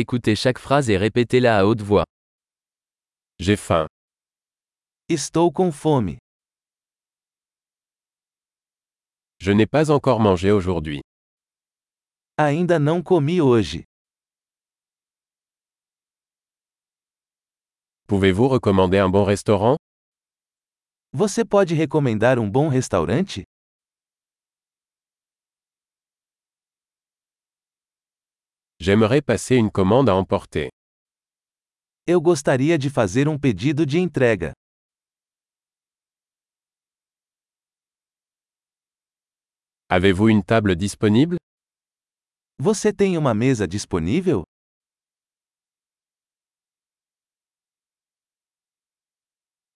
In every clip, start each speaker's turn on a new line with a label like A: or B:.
A: Écoutez chaque phrase et répétez-la à haute voix.
B: J'ai faim.
C: Estou com fome.
B: Je n'ai pas encore mangé aujourd'hui.
C: Ainda não comi hoje.
B: Pouvez-vous recommander un bon restaurant
C: Você pode recomendar um bom restaurante?
B: J'aimerais passer une commande à emporter.
C: Eu gostaria de fazer um pedido de entrega.
B: Avez-vous une table disponible
C: Você tem uma mesa disponível?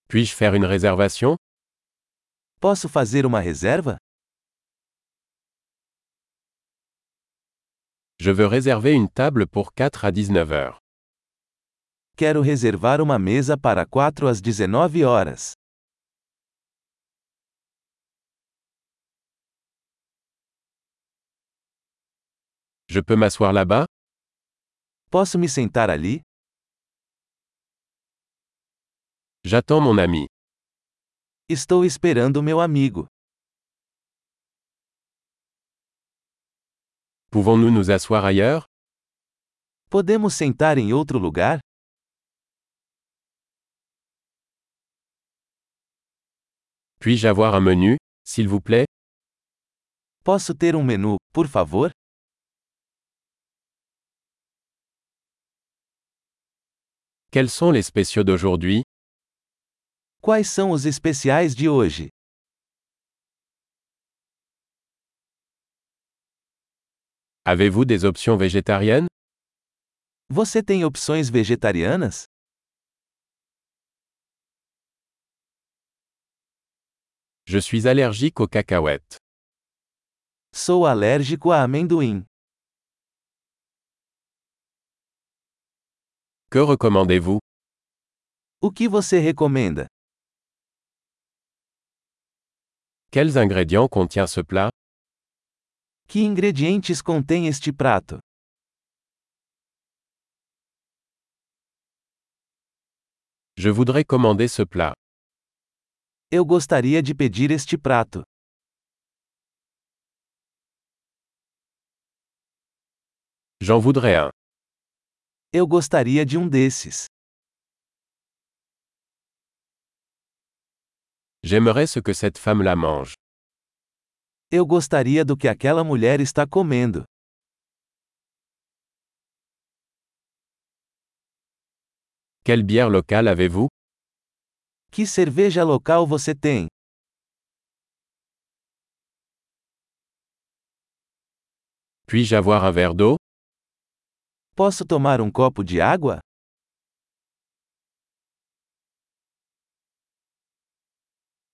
B: Puis-je faire une réservation
C: Posso fazer uma reserva?
B: Je veux réserver une table pour 4 à 19 heures.
C: Quero reservar uma mesa para 4 às 19 horas.
B: Je peux m'asseoir là-bas
C: Posso me sentar ali?
B: J'attends mon ami.
C: Estou esperando meu amigo.
B: Pouvons-nous nous asseoir ailleurs
C: Podemos sentar em outro lugar?
B: Puis-je avoir un menu, s'il vous plaît
C: Posso ter um menu, por favor?
B: Quels sont les spéciaux d'aujourd'hui
C: Quais são os especiais de hoje?
B: Avez-vous des options végétariennes
C: Você tem opções vegetarianas?
B: Je suis allergique aux cacahuètes.
C: Sou alérgico a amendoim.
B: Que recommandez-vous
C: O que você recomenda?
B: Quels ingrédients contient ce plat
C: Que ingredientes contém este prato?
B: Je voudrais commander ce plat.
C: Eu gostaria de pedir este prato.
B: J'en voudrais un.
C: Eu gostaria de um desses.
B: J'aimerais ce que cette femme la mange.
C: Eu gostaria do que aquela mulher está comendo.
B: Quelle bière locale avez-vous
C: Que cerveja local você tem?
B: Puis-je avoir un verre d'eau
C: Posso tomar um copo de água?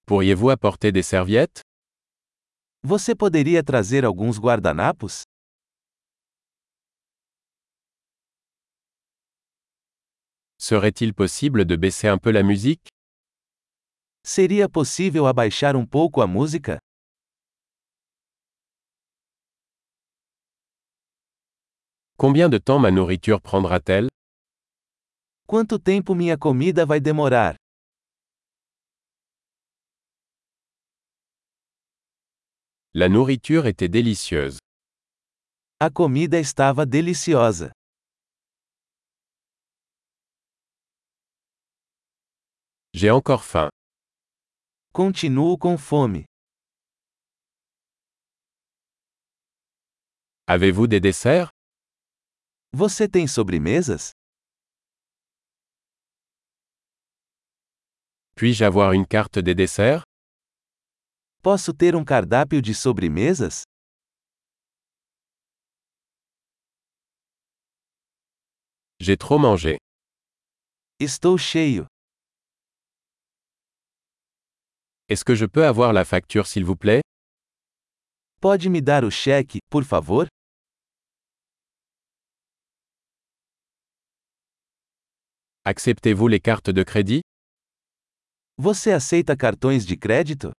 B: Pourriez-vous apporter des serviettes
C: Você poderia trazer alguns guardanapos?
B: Serait-il possible de baisser un peu la musique
C: Seria possível abaixar um pouco a música?
B: Combien de temps ma nourriture prendra-t-elle
C: Quanto tempo minha comida vai demorar?
B: La nourriture était délicieuse.
C: A comida estava deliciosa.
B: J'ai encore faim.
C: Continuo com fome.
B: Avez-vous des desserts
C: Você tem sobremesas?
B: Puis-je avoir une carte des desserts
C: Posso ter um cardápio de sobremesas?
B: J'ai trop mangé.
C: Estou cheio.
B: Est-ce que je peux avoir la facture s'il vous plaît
C: Pode me dar o cheque, por favor?
B: Acceptez-vous les cartes de crédit
C: Você aceita cartões de crédito?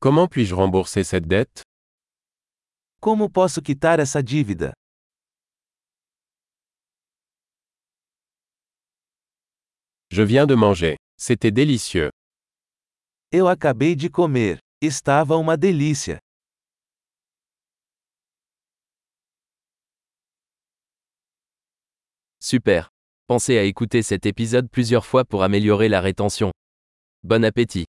B: Comment puis-je rembourser cette dette
C: Como posso quitar essa dívida?
B: Je viens de manger. C'était délicieux.
C: Eu acabei de comer. Estava uma delícia.
A: Super. Pensez à écouter cet épisode plusieurs fois pour améliorer la rétention. Bon appétit.